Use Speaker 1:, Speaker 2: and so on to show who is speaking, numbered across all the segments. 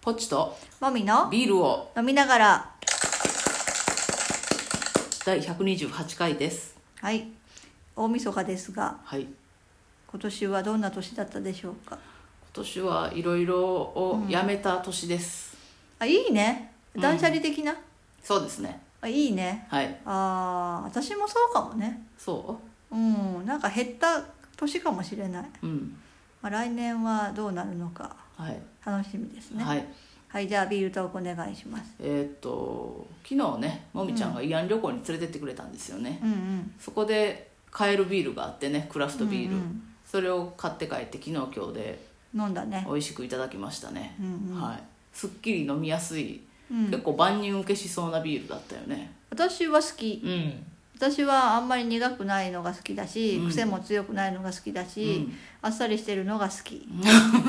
Speaker 1: ポチと
Speaker 2: もみの
Speaker 1: ビールを
Speaker 2: 飲みながら
Speaker 1: 第128回です
Speaker 2: はい大晦日ですが
Speaker 1: はい今
Speaker 2: 今年はどんな年だったでしょうか
Speaker 1: 年はいろいろをやめた年です、
Speaker 2: あいいね断捨離的な、
Speaker 1: そうですね
Speaker 2: あいいね
Speaker 1: はい
Speaker 2: あー私もそうかもね
Speaker 1: そ
Speaker 2: うんなんか減った年かもしれない、
Speaker 1: ううん
Speaker 2: まあ、来年はどうなるのか
Speaker 1: はい、
Speaker 2: 楽しみですねはい、
Speaker 1: はい
Speaker 2: じゃあビールトークお願いします
Speaker 1: えーっと昨日ねもみちゃんが慰安旅行に連れてってくれたんですよね、
Speaker 2: うんうん
Speaker 1: そこで買えるビールがあってねクラフトビール、
Speaker 2: うんうん
Speaker 1: それを買って帰って昨日今日で
Speaker 2: 飲んだね
Speaker 1: 美味しくいただきましたね、
Speaker 2: うんうん
Speaker 1: はいすっきり飲みやすい、
Speaker 2: うん
Speaker 1: 結構万人受けしそうなビールだったよね
Speaker 2: 私は好き
Speaker 1: うん
Speaker 2: 私はあんまり苦くないのが好きだし、
Speaker 1: うん
Speaker 2: 癖も強くないのが好きだし、あっさりしてるのが好き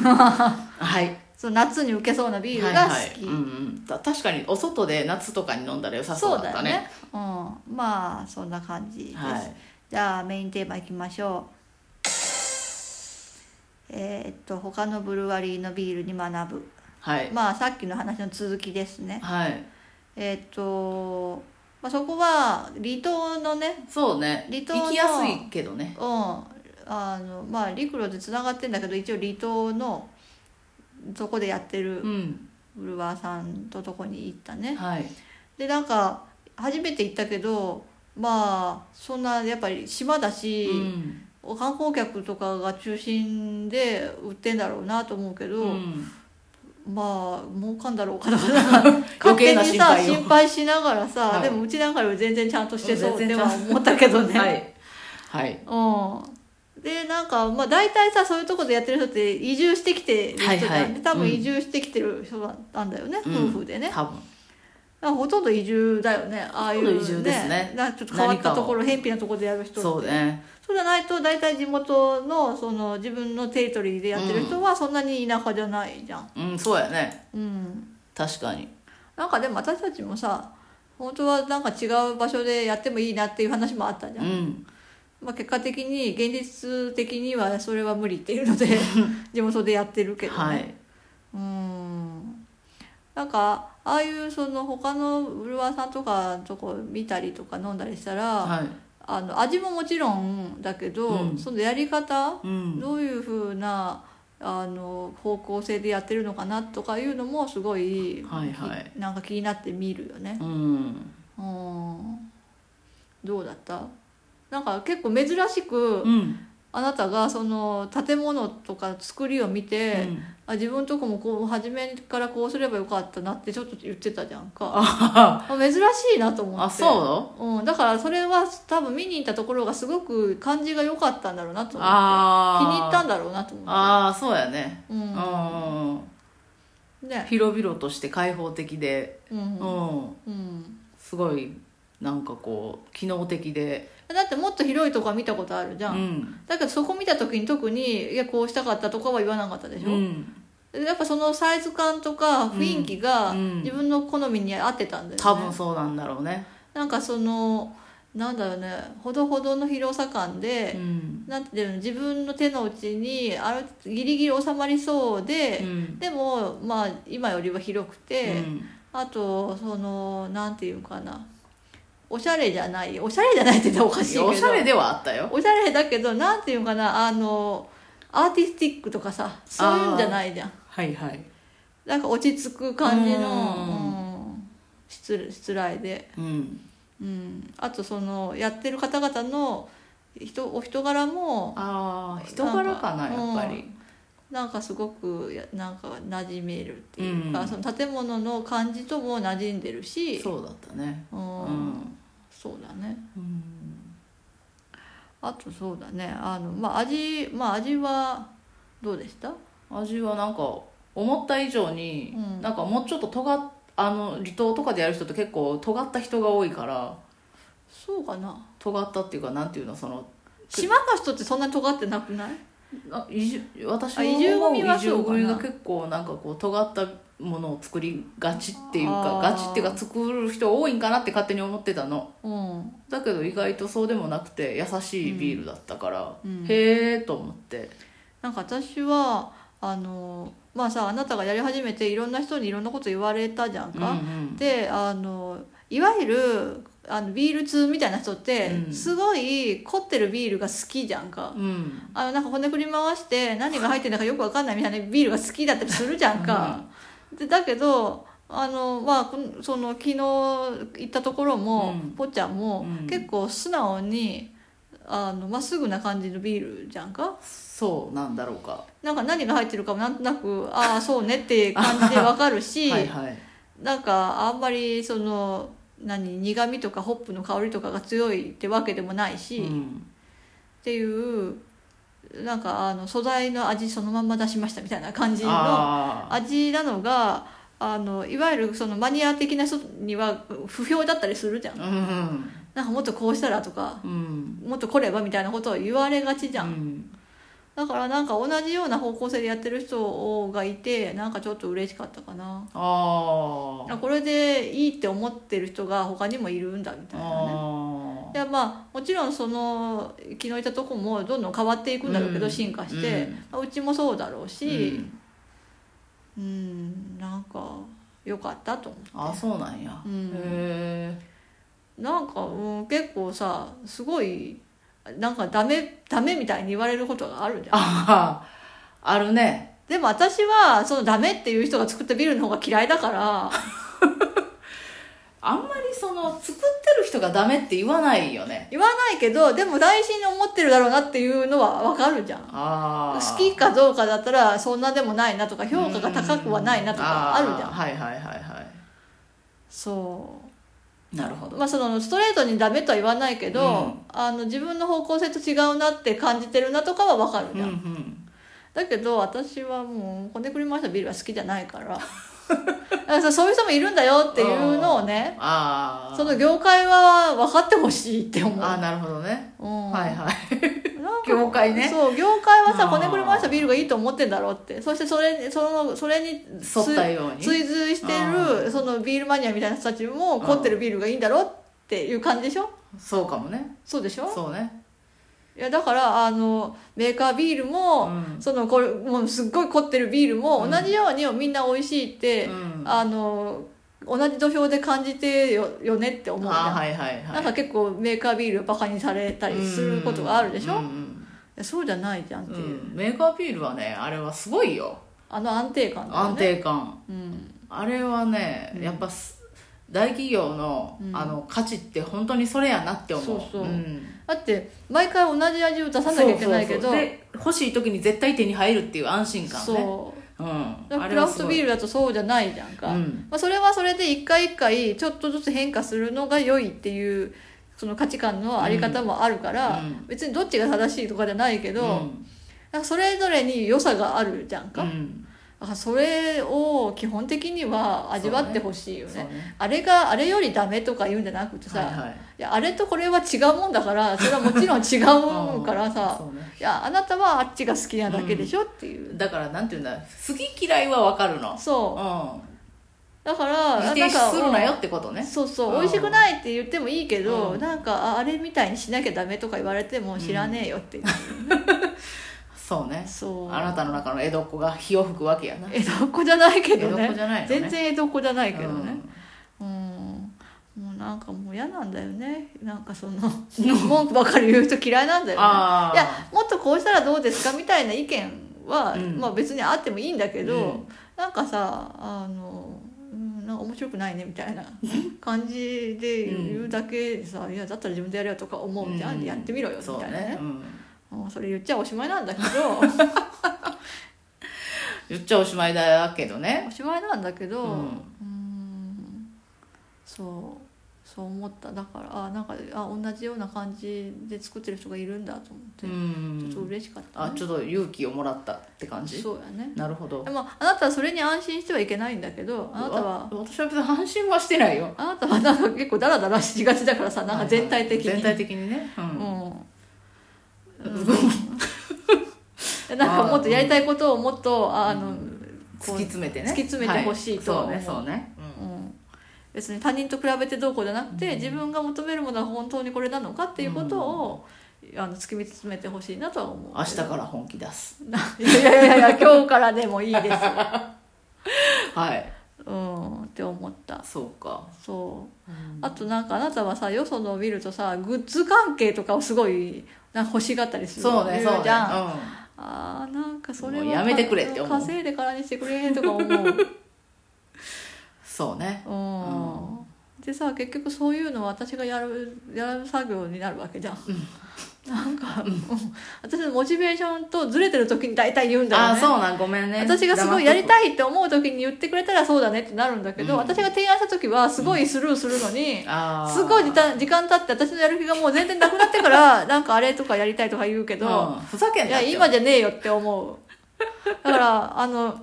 Speaker 1: はい
Speaker 2: そう夏に受けそうなビールが好き、
Speaker 1: はいはいうんうん、た確かにお外で夏とかに飲んだら良さそ
Speaker 2: そうう
Speaker 1: だ
Speaker 2: だ
Speaker 1: った
Speaker 2: よ
Speaker 1: ね
Speaker 2: ねうん、まあそんな感じです、
Speaker 1: はい
Speaker 2: じゃあメインテーマいきましょうえーっと他のブルワリーのビールに学ぶ
Speaker 1: はい
Speaker 2: まあさっきの話の続きですね
Speaker 1: はい
Speaker 2: えーっと、まあ、そこは離島のね
Speaker 1: そうね
Speaker 2: 離島の
Speaker 1: 行きやすいけどね
Speaker 2: うんあのまあ陸路でつながってんだけど一応離島のそこでやってる
Speaker 1: うん
Speaker 2: ブルワーさんととこに行ったね
Speaker 1: はい
Speaker 2: でなんか初めて行ったけどまあそんなやっぱり島だし、
Speaker 1: うん
Speaker 2: 観光客とかが中心で売ってんだろうなと思うけど、
Speaker 1: うん
Speaker 2: まあ儲かんだろ うかとか勝手
Speaker 1: 計な
Speaker 2: に
Speaker 1: 心
Speaker 2: さ
Speaker 1: 配を
Speaker 2: 心配しながらさ、
Speaker 1: はい
Speaker 2: でもうちなんかより全然ちゃんとしてそううんって
Speaker 1: 全然
Speaker 2: は思ったけどね。
Speaker 1: はいはい
Speaker 2: うん、でなんかまあ大体さそういうとこでやってる人って移住してきてる人なんで、
Speaker 1: はいはい
Speaker 2: 多
Speaker 1: う
Speaker 2: 分
Speaker 1: ん
Speaker 2: 移住してきてる人なんだよね、
Speaker 1: うん
Speaker 2: 夫婦でね。
Speaker 1: 多分
Speaker 2: あほとんど移住だよねああいう、
Speaker 1: ほ
Speaker 2: ね、
Speaker 1: とんど移住ですね
Speaker 2: なんかちょっと変わっ
Speaker 1: 何か
Speaker 2: た
Speaker 1: を
Speaker 2: ところ偏僻なところでやる人
Speaker 1: そうね
Speaker 2: そうじゃないと大体地元のその自分のテリトリーでやってる人はそんなに田舎じゃないじゃん
Speaker 1: うんそうやね
Speaker 2: うん、
Speaker 1: 確かに
Speaker 2: なんかでも私たちもさ本当はなんか違う場所でやってもいいなっていう話もあったじゃ、
Speaker 1: うんん
Speaker 2: まあ、結果的に現実的にはそれは無理っていうの で地元でやってるけどね、
Speaker 1: はい
Speaker 2: うんなんかああいうその他のブルワーさんとかのとこ見たりとか飲んだりしたら、
Speaker 1: はい
Speaker 2: あの味ももちろんだけど、
Speaker 1: うん
Speaker 2: そのやり方、
Speaker 1: うん
Speaker 2: どういうふうなあの方向性でやってるのかなとかいうのもすごい、
Speaker 1: はいはい
Speaker 2: きなんか気になって見るよね。
Speaker 1: うん
Speaker 2: うんどうだったなんか結構珍しく、
Speaker 1: うん
Speaker 2: あなたがその建物とか作りを見て、
Speaker 1: うん
Speaker 2: あ自分とこもこう初めからこうすればよかったなってちょっと言ってたじゃんか
Speaker 1: あ
Speaker 2: あ珍しいなと思って
Speaker 1: あそう
Speaker 2: うん、だからそれは多分見に行ったところがすごく感じが良かったんだろうなと思って気
Speaker 1: あー
Speaker 2: に入ったんだろうなと思って
Speaker 1: ああそうやね
Speaker 2: うん
Speaker 1: うんうんうん
Speaker 2: ね
Speaker 1: 広々として開放的で
Speaker 2: うん
Speaker 1: うん
Speaker 2: うん
Speaker 1: すごいなんかこう機能的で、
Speaker 2: だってもっと広いとこは見たことあるじ
Speaker 1: う
Speaker 2: ゃん、
Speaker 1: ん
Speaker 2: だけどそこ見た時に特にいやこうしたかったとかは言わなかったでし
Speaker 1: う
Speaker 2: ょ、
Speaker 1: ん、
Speaker 2: やっぱそのサイズ感とか雰囲気が
Speaker 1: うんうん
Speaker 2: 自分の好みに合ってたんだよね、
Speaker 1: 多分そうなんだろうね、
Speaker 2: なんかそのなんだろうねほどほどの広さ感で、
Speaker 1: うん
Speaker 2: なんていうの自分の手の内にあるギリギリ収まりそう
Speaker 1: う
Speaker 2: で、
Speaker 1: ん
Speaker 2: でもまあ今よりは広く
Speaker 1: う
Speaker 2: て、
Speaker 1: ん
Speaker 2: あとそのなんていうかなおしゃれじゃないおしゃれじゃないって言ったらおかしいけど
Speaker 1: おしゃれではあったよ
Speaker 2: おしゃれだけどなんていうかなあのアーティスティックとかさそういうんじゃないじゃん
Speaker 1: はいはい、
Speaker 2: なんか落ち着く感じ
Speaker 1: うん
Speaker 2: の、うん、失礼失礼で。
Speaker 1: うん、
Speaker 2: うん、あとそのやってる方々の人お人柄も
Speaker 1: ああ人柄かな
Speaker 2: なんか
Speaker 1: やっぱり、
Speaker 2: なんかすごくやなんか馴染めるっていうか、
Speaker 1: うん
Speaker 2: その建物の感じとも馴染んでるし
Speaker 1: そうだったね
Speaker 2: う、
Speaker 1: うんん、
Speaker 2: そうだね
Speaker 1: うん、
Speaker 2: あとそうだねあのまあ味まあ味はどうでした
Speaker 1: 味はなんか思った以上に、
Speaker 2: うん
Speaker 1: なんかもうちょっと尖っあの離島とかでやる人って結構尖った人が多いから
Speaker 2: そうかな
Speaker 1: 尖ったっていうかなんていうのその
Speaker 2: 島の人ってそんな尖ってなくない
Speaker 1: あ移住私
Speaker 2: あ
Speaker 1: の
Speaker 2: 移住
Speaker 1: 思う
Speaker 2: 組は
Speaker 1: 移住組
Speaker 2: そうか
Speaker 1: が
Speaker 2: な
Speaker 1: 結構なんかこう尖ったものを作りがちっていうか
Speaker 2: あー
Speaker 1: ガチっていうか作る人多いんかなって勝手に思ってたの
Speaker 2: うん
Speaker 1: だけど意外とそうでもなくて優しいビールだったから、
Speaker 2: うん
Speaker 1: へえと思って
Speaker 2: なんか私はあのまあさあなたがやり始めていろんな人にいろんなこと言われたじゃん
Speaker 1: うんう
Speaker 2: か、
Speaker 1: ん
Speaker 2: であのいわゆるあのビール通みたいな人って、
Speaker 1: うん
Speaker 2: すごい凝ってるビールが好きじゃんか
Speaker 1: うん
Speaker 2: あのなんか骨振り回して何が入ってるのかよく分かんないみたいなビールが好きだったりするじゃんか、でだけどあのまあこのその昨日行ったところも、
Speaker 1: うん
Speaker 2: ぽっちゃんも、
Speaker 1: うん
Speaker 2: 結構素直にあのまっすぐな感じのビールじゃんか
Speaker 1: そうなんだろうか
Speaker 2: なんか何が入ってるかもなんとなくああそうねって感じで分かる し
Speaker 1: はいはい
Speaker 2: なんかあんまりその何苦味とかホップの香りとかが強いってわけでもないし、
Speaker 1: う
Speaker 2: っ
Speaker 1: ん
Speaker 2: ていうなんかあの素材の味そのまんま出しましたみたいな感じの
Speaker 1: あー
Speaker 2: 味なのがあのいわゆるそのマニア的な人には不評だったりするじゃん
Speaker 1: うん
Speaker 2: なんかもっとこうしたらとか
Speaker 1: うん
Speaker 2: もっとこればみたいなことを言われがちじゃん、
Speaker 1: うん
Speaker 2: だからなんか同じような方向性でやってる人がいてなんかちょっと嬉しかったかな
Speaker 1: あー
Speaker 2: あこれでいいって思ってる人が他にもいるんだみたいなね
Speaker 1: あ
Speaker 2: いやまあもちろんその昨日いたとこもどんどん変わっていくんだろうけど、
Speaker 1: うん
Speaker 2: 進化して、うちもそうだろう
Speaker 1: ーう
Speaker 2: し
Speaker 1: ん
Speaker 2: うん、なんか良かったと思う
Speaker 1: あそうなんや
Speaker 2: うん
Speaker 1: へ
Speaker 2: なんか、うん、結構さすごいなんかダメダメみたいに言われることがあるじゃん
Speaker 1: あーあるね
Speaker 2: でも私はそのダメっていう人が作ったビールの方が嫌いだから
Speaker 1: あんまりその作ってる人がダメって言わないよね
Speaker 2: 言わないけどでも内心に思ってるだろうなっていうのはわかるじゃん
Speaker 1: ああ
Speaker 2: 好きかどうかだったらそんなでもないなとか評価が高くはないなとかあるじゃん
Speaker 1: はいはいはいは
Speaker 2: そ
Speaker 1: いなるほ
Speaker 2: う
Speaker 1: ど
Speaker 2: まあそのストレートにダメとは言わないけど、
Speaker 1: うん
Speaker 2: あの自分の方向性と違うなって感じてるなとかはわかる
Speaker 1: う
Speaker 2: じ
Speaker 1: ん
Speaker 2: ゃ、
Speaker 1: うんん
Speaker 2: だけど私はもうこねくり回したビールは好きじゃないから だからさそういう人もいるんだよっていうのをね
Speaker 1: ああ
Speaker 2: その業界は分かってほしいって思う、
Speaker 1: あーなるほどね
Speaker 2: うん
Speaker 1: はいはい
Speaker 2: なんか
Speaker 1: 業界ね
Speaker 2: そう業界はさ
Speaker 1: あー
Speaker 2: こねくり回したビールがいいと思ってんだろうってそしてそれそのそれに
Speaker 1: 沿ったように
Speaker 2: 追随してるそのビールマニアみたいな人たちも凝ってるビールがいいんだろうっていう感じでしょ
Speaker 1: そうかもね
Speaker 2: そうでしょ
Speaker 1: そうね
Speaker 2: いやだからあのメーカービールも、
Speaker 1: うん
Speaker 2: そのこれもうすっごい凝ってるビールも
Speaker 1: うん
Speaker 2: 同じようにみんな美味しいって、
Speaker 1: うん
Speaker 2: あの同じ土俵で感じてよよねって思うじ
Speaker 1: あ
Speaker 2: ゃん
Speaker 1: ーはいはいはい
Speaker 2: なんか結構メーカービールバカにされたりすることがあるでしょ、
Speaker 1: う
Speaker 2: い
Speaker 1: んうん
Speaker 2: やそうじゃないじゃんっ
Speaker 1: う
Speaker 2: て
Speaker 1: ん
Speaker 2: いう、
Speaker 1: うんメーカービールはねあれはすごいよ
Speaker 2: あの安定感だよ
Speaker 1: 安
Speaker 2: ね
Speaker 1: 定感
Speaker 2: うん
Speaker 1: あれはねやっぱす大企業の
Speaker 2: うん
Speaker 1: あの価値って本当にそれやなって思う
Speaker 2: そうそうんだって毎回同じ味を出さなきゃいけないけど
Speaker 1: そうそうそうで欲しい時に絶対手に入るっていう安心感ね
Speaker 2: そううだ
Speaker 1: ん
Speaker 2: からクラフトビー
Speaker 1: ル
Speaker 2: ルだとそうじゃないじゃんか、
Speaker 1: うん
Speaker 2: まあ、それはそれで一回一回ちょっとずつ変化するのが良いっていうその価値観のあり方もあるから、
Speaker 1: うんうん
Speaker 2: 別にどっちが正しいとかじゃないけど、
Speaker 1: うん
Speaker 2: なんかそれぞれに良さがあるじゃんか、
Speaker 1: うん
Speaker 2: だからそれを基本的には味わってほしいよ
Speaker 1: そう
Speaker 2: ね
Speaker 1: ね
Speaker 2: あれがあれよりダメとか言うんじゃなくてさ、
Speaker 1: はい
Speaker 2: い
Speaker 1: はい
Speaker 2: やあれとこれは違うもんだからそれはもちろん違うからさ
Speaker 1: そうね
Speaker 2: いやあなたはあっちが好きなだけでしょっていう、
Speaker 1: だからなんていうんだ好き嫌いは分かるの
Speaker 2: そう
Speaker 1: う
Speaker 2: だから
Speaker 1: ん否定
Speaker 2: なんか
Speaker 1: するなよってこと
Speaker 2: うん
Speaker 1: ね
Speaker 2: そうそううん美味しくないって言ってもいいけど、
Speaker 1: うん
Speaker 2: なんかああれみたいにしなきゃダメとか言われても知らねえよって、
Speaker 1: そうね
Speaker 2: そう
Speaker 1: あなたの中の江戸っ子が火を吹くわけやな
Speaker 2: 江戸っ子じゃないけ
Speaker 1: 江
Speaker 2: ど
Speaker 1: 戸っ子
Speaker 2: ね
Speaker 1: じゃないのね
Speaker 2: 全然江戸っ子じゃないけど
Speaker 1: う
Speaker 2: ね
Speaker 1: ん
Speaker 2: うん、もうなんかもう嫌なんだよねなんかその 文句ばかり言う人嫌いなんだよね
Speaker 1: ああ
Speaker 2: いやもっとこうしたらどうですかみたいな意見は、
Speaker 1: うん
Speaker 2: まあ、別にあってもいいんだけど、
Speaker 1: うん
Speaker 2: なんかさあの、うん、なんか面白くないねみたいな 感じで言うだけでさ、いやだったら自分でやれよとか思うじゃ
Speaker 1: う
Speaker 2: ん、
Speaker 1: ん
Speaker 2: やってみろよみた
Speaker 1: そう
Speaker 2: いなね
Speaker 1: ね、うん、
Speaker 2: そうん、それ言っちゃおしまいなんだけど
Speaker 1: 言っちゃおしまいだけどね
Speaker 2: おしまいなんだけ
Speaker 1: う
Speaker 2: ど、うんん、そうそう思っただからあなんかあ同じような感じで作ってる人がいるんだと思って、
Speaker 1: う
Speaker 2: ちょっ
Speaker 1: ん
Speaker 2: と嬉しかった、
Speaker 1: あ
Speaker 2: ね、
Speaker 1: ちょっと勇気をもらったって感じ
Speaker 2: そうやね
Speaker 1: なるほど
Speaker 2: でもあなたはそれに安心してはいけないんだけどあなたは
Speaker 1: わ私は別に安心はしてないよ
Speaker 2: あなたはなんか結構ダラダラしがちだからさなんか全体的に、
Speaker 1: はいはい全体的にねうん、
Speaker 2: うん、うん、なんかもっとやりたいことをもっとあの、
Speaker 1: 突き詰めてね
Speaker 2: 突き詰めてほしいとは思う
Speaker 1: はいそうねそうね、うん
Speaker 2: うん別に他人と比べてどうこうじゃなくて、自分が求めるものは本当にこれなのかっていうことを、あの突き詰めてほしいなとは思う
Speaker 1: 明日から本気出す
Speaker 2: いやいやいやいや今日からでも いいです
Speaker 1: はい
Speaker 2: うんって思った
Speaker 1: そうか、
Speaker 2: そうあとなんかあなたはさよそのを見るとさグッズ関係とかをすごいなんか欲しがったりする
Speaker 1: そうね
Speaker 2: 言
Speaker 1: そうね
Speaker 2: じゃんあーなんかそれは
Speaker 1: もうやめてくれって思う
Speaker 2: 稼いでからにしてくれとか思う
Speaker 1: うん、そうね
Speaker 2: うん、でさ結局そういうのは私がやるやる作業になるわけじゃん、なんか、うん私のモチベーションとずれてる時に大体言うんだよ
Speaker 1: ああ
Speaker 2: ね
Speaker 1: そうなんごめんね
Speaker 2: 私がすごいやり
Speaker 1: い
Speaker 2: たいって思う時に言ってくれたらそうだねってなるんだけど、
Speaker 1: うん
Speaker 2: 私が提案した時はすごいスルーするのに、
Speaker 1: あー
Speaker 2: すごい時間時間経って私のやる気がもう全然なくなってから なんかあれとかやりたいとか言うけど、
Speaker 1: うんふざけん
Speaker 2: い
Speaker 1: な
Speaker 2: や
Speaker 1: って
Speaker 2: 今じゃねえよって思うだからあの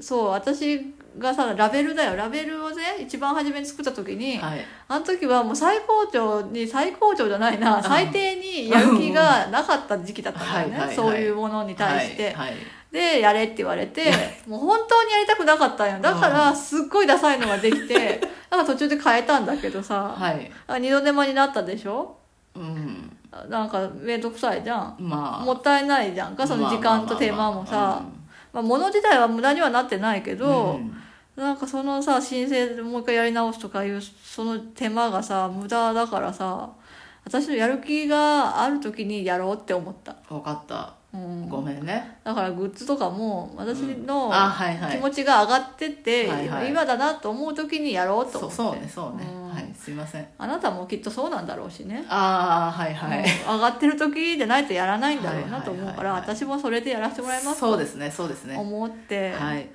Speaker 2: そう私がさラベルだよラベルをね一番初めに作った時に、
Speaker 1: はい
Speaker 2: あの時はもう最高潮に最高潮じゃないな最低にやる気がなかった時期だったんだよね、
Speaker 1: はいはいはい
Speaker 2: そういうものに対して、
Speaker 1: はいはい
Speaker 2: でやれって言われてもう本当にやりたくなかったんよだからすっごいダサいのができてなんか途中で変えたんだけどさ、
Speaker 1: はい
Speaker 2: あ二度手間になったでしょ
Speaker 1: うん
Speaker 2: なんか面倒くさいじゃん
Speaker 1: まあ
Speaker 2: もったいないじゃんかその時間と手間
Speaker 1: まあまあま
Speaker 2: も
Speaker 1: あ
Speaker 2: さまあ物自体は無駄にはなってないけ
Speaker 1: まあ
Speaker 2: ど
Speaker 1: う、ん
Speaker 2: なんかそのさ申請でもう一回やり直すとかいうその手間がさ無駄だからさ私のやる気がある時にやろうって思った、
Speaker 1: 分かった
Speaker 2: うん、
Speaker 1: ごめんね
Speaker 2: だからグッズとかも私の
Speaker 1: あはいは
Speaker 2: 気
Speaker 1: い
Speaker 2: 持ちが上がってって、
Speaker 1: はいはい
Speaker 2: 今だなと思う時にやろうと思
Speaker 1: そ
Speaker 2: っ
Speaker 1: う
Speaker 2: て
Speaker 1: そうねそうね
Speaker 2: うん
Speaker 1: はいすいません
Speaker 2: あなたもきっとそうなんだろうしね、
Speaker 1: ああはいはい
Speaker 2: うん上がってる時でないとやらないんだろうなと思うか
Speaker 1: は
Speaker 2: ら、
Speaker 1: いはいはいはい
Speaker 2: 私もそれでやらせてもらいます
Speaker 1: そうですねそうですね
Speaker 2: 思って、
Speaker 1: はい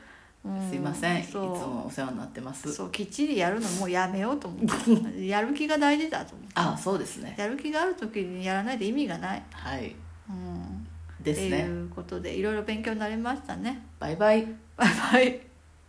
Speaker 2: うん
Speaker 1: すいませんいつ
Speaker 2: そう
Speaker 1: もお世話になってます
Speaker 2: そうきっちりやるのもうやめようと思ってやる気が大事だと思っ
Speaker 1: ああそうですね
Speaker 2: てやる気がある時にやらないで意味がない、
Speaker 1: はい
Speaker 2: うん、
Speaker 1: です
Speaker 2: って
Speaker 1: ね
Speaker 2: いうことでいろいろ勉強になりましたね
Speaker 1: バイバイ
Speaker 2: バイバイ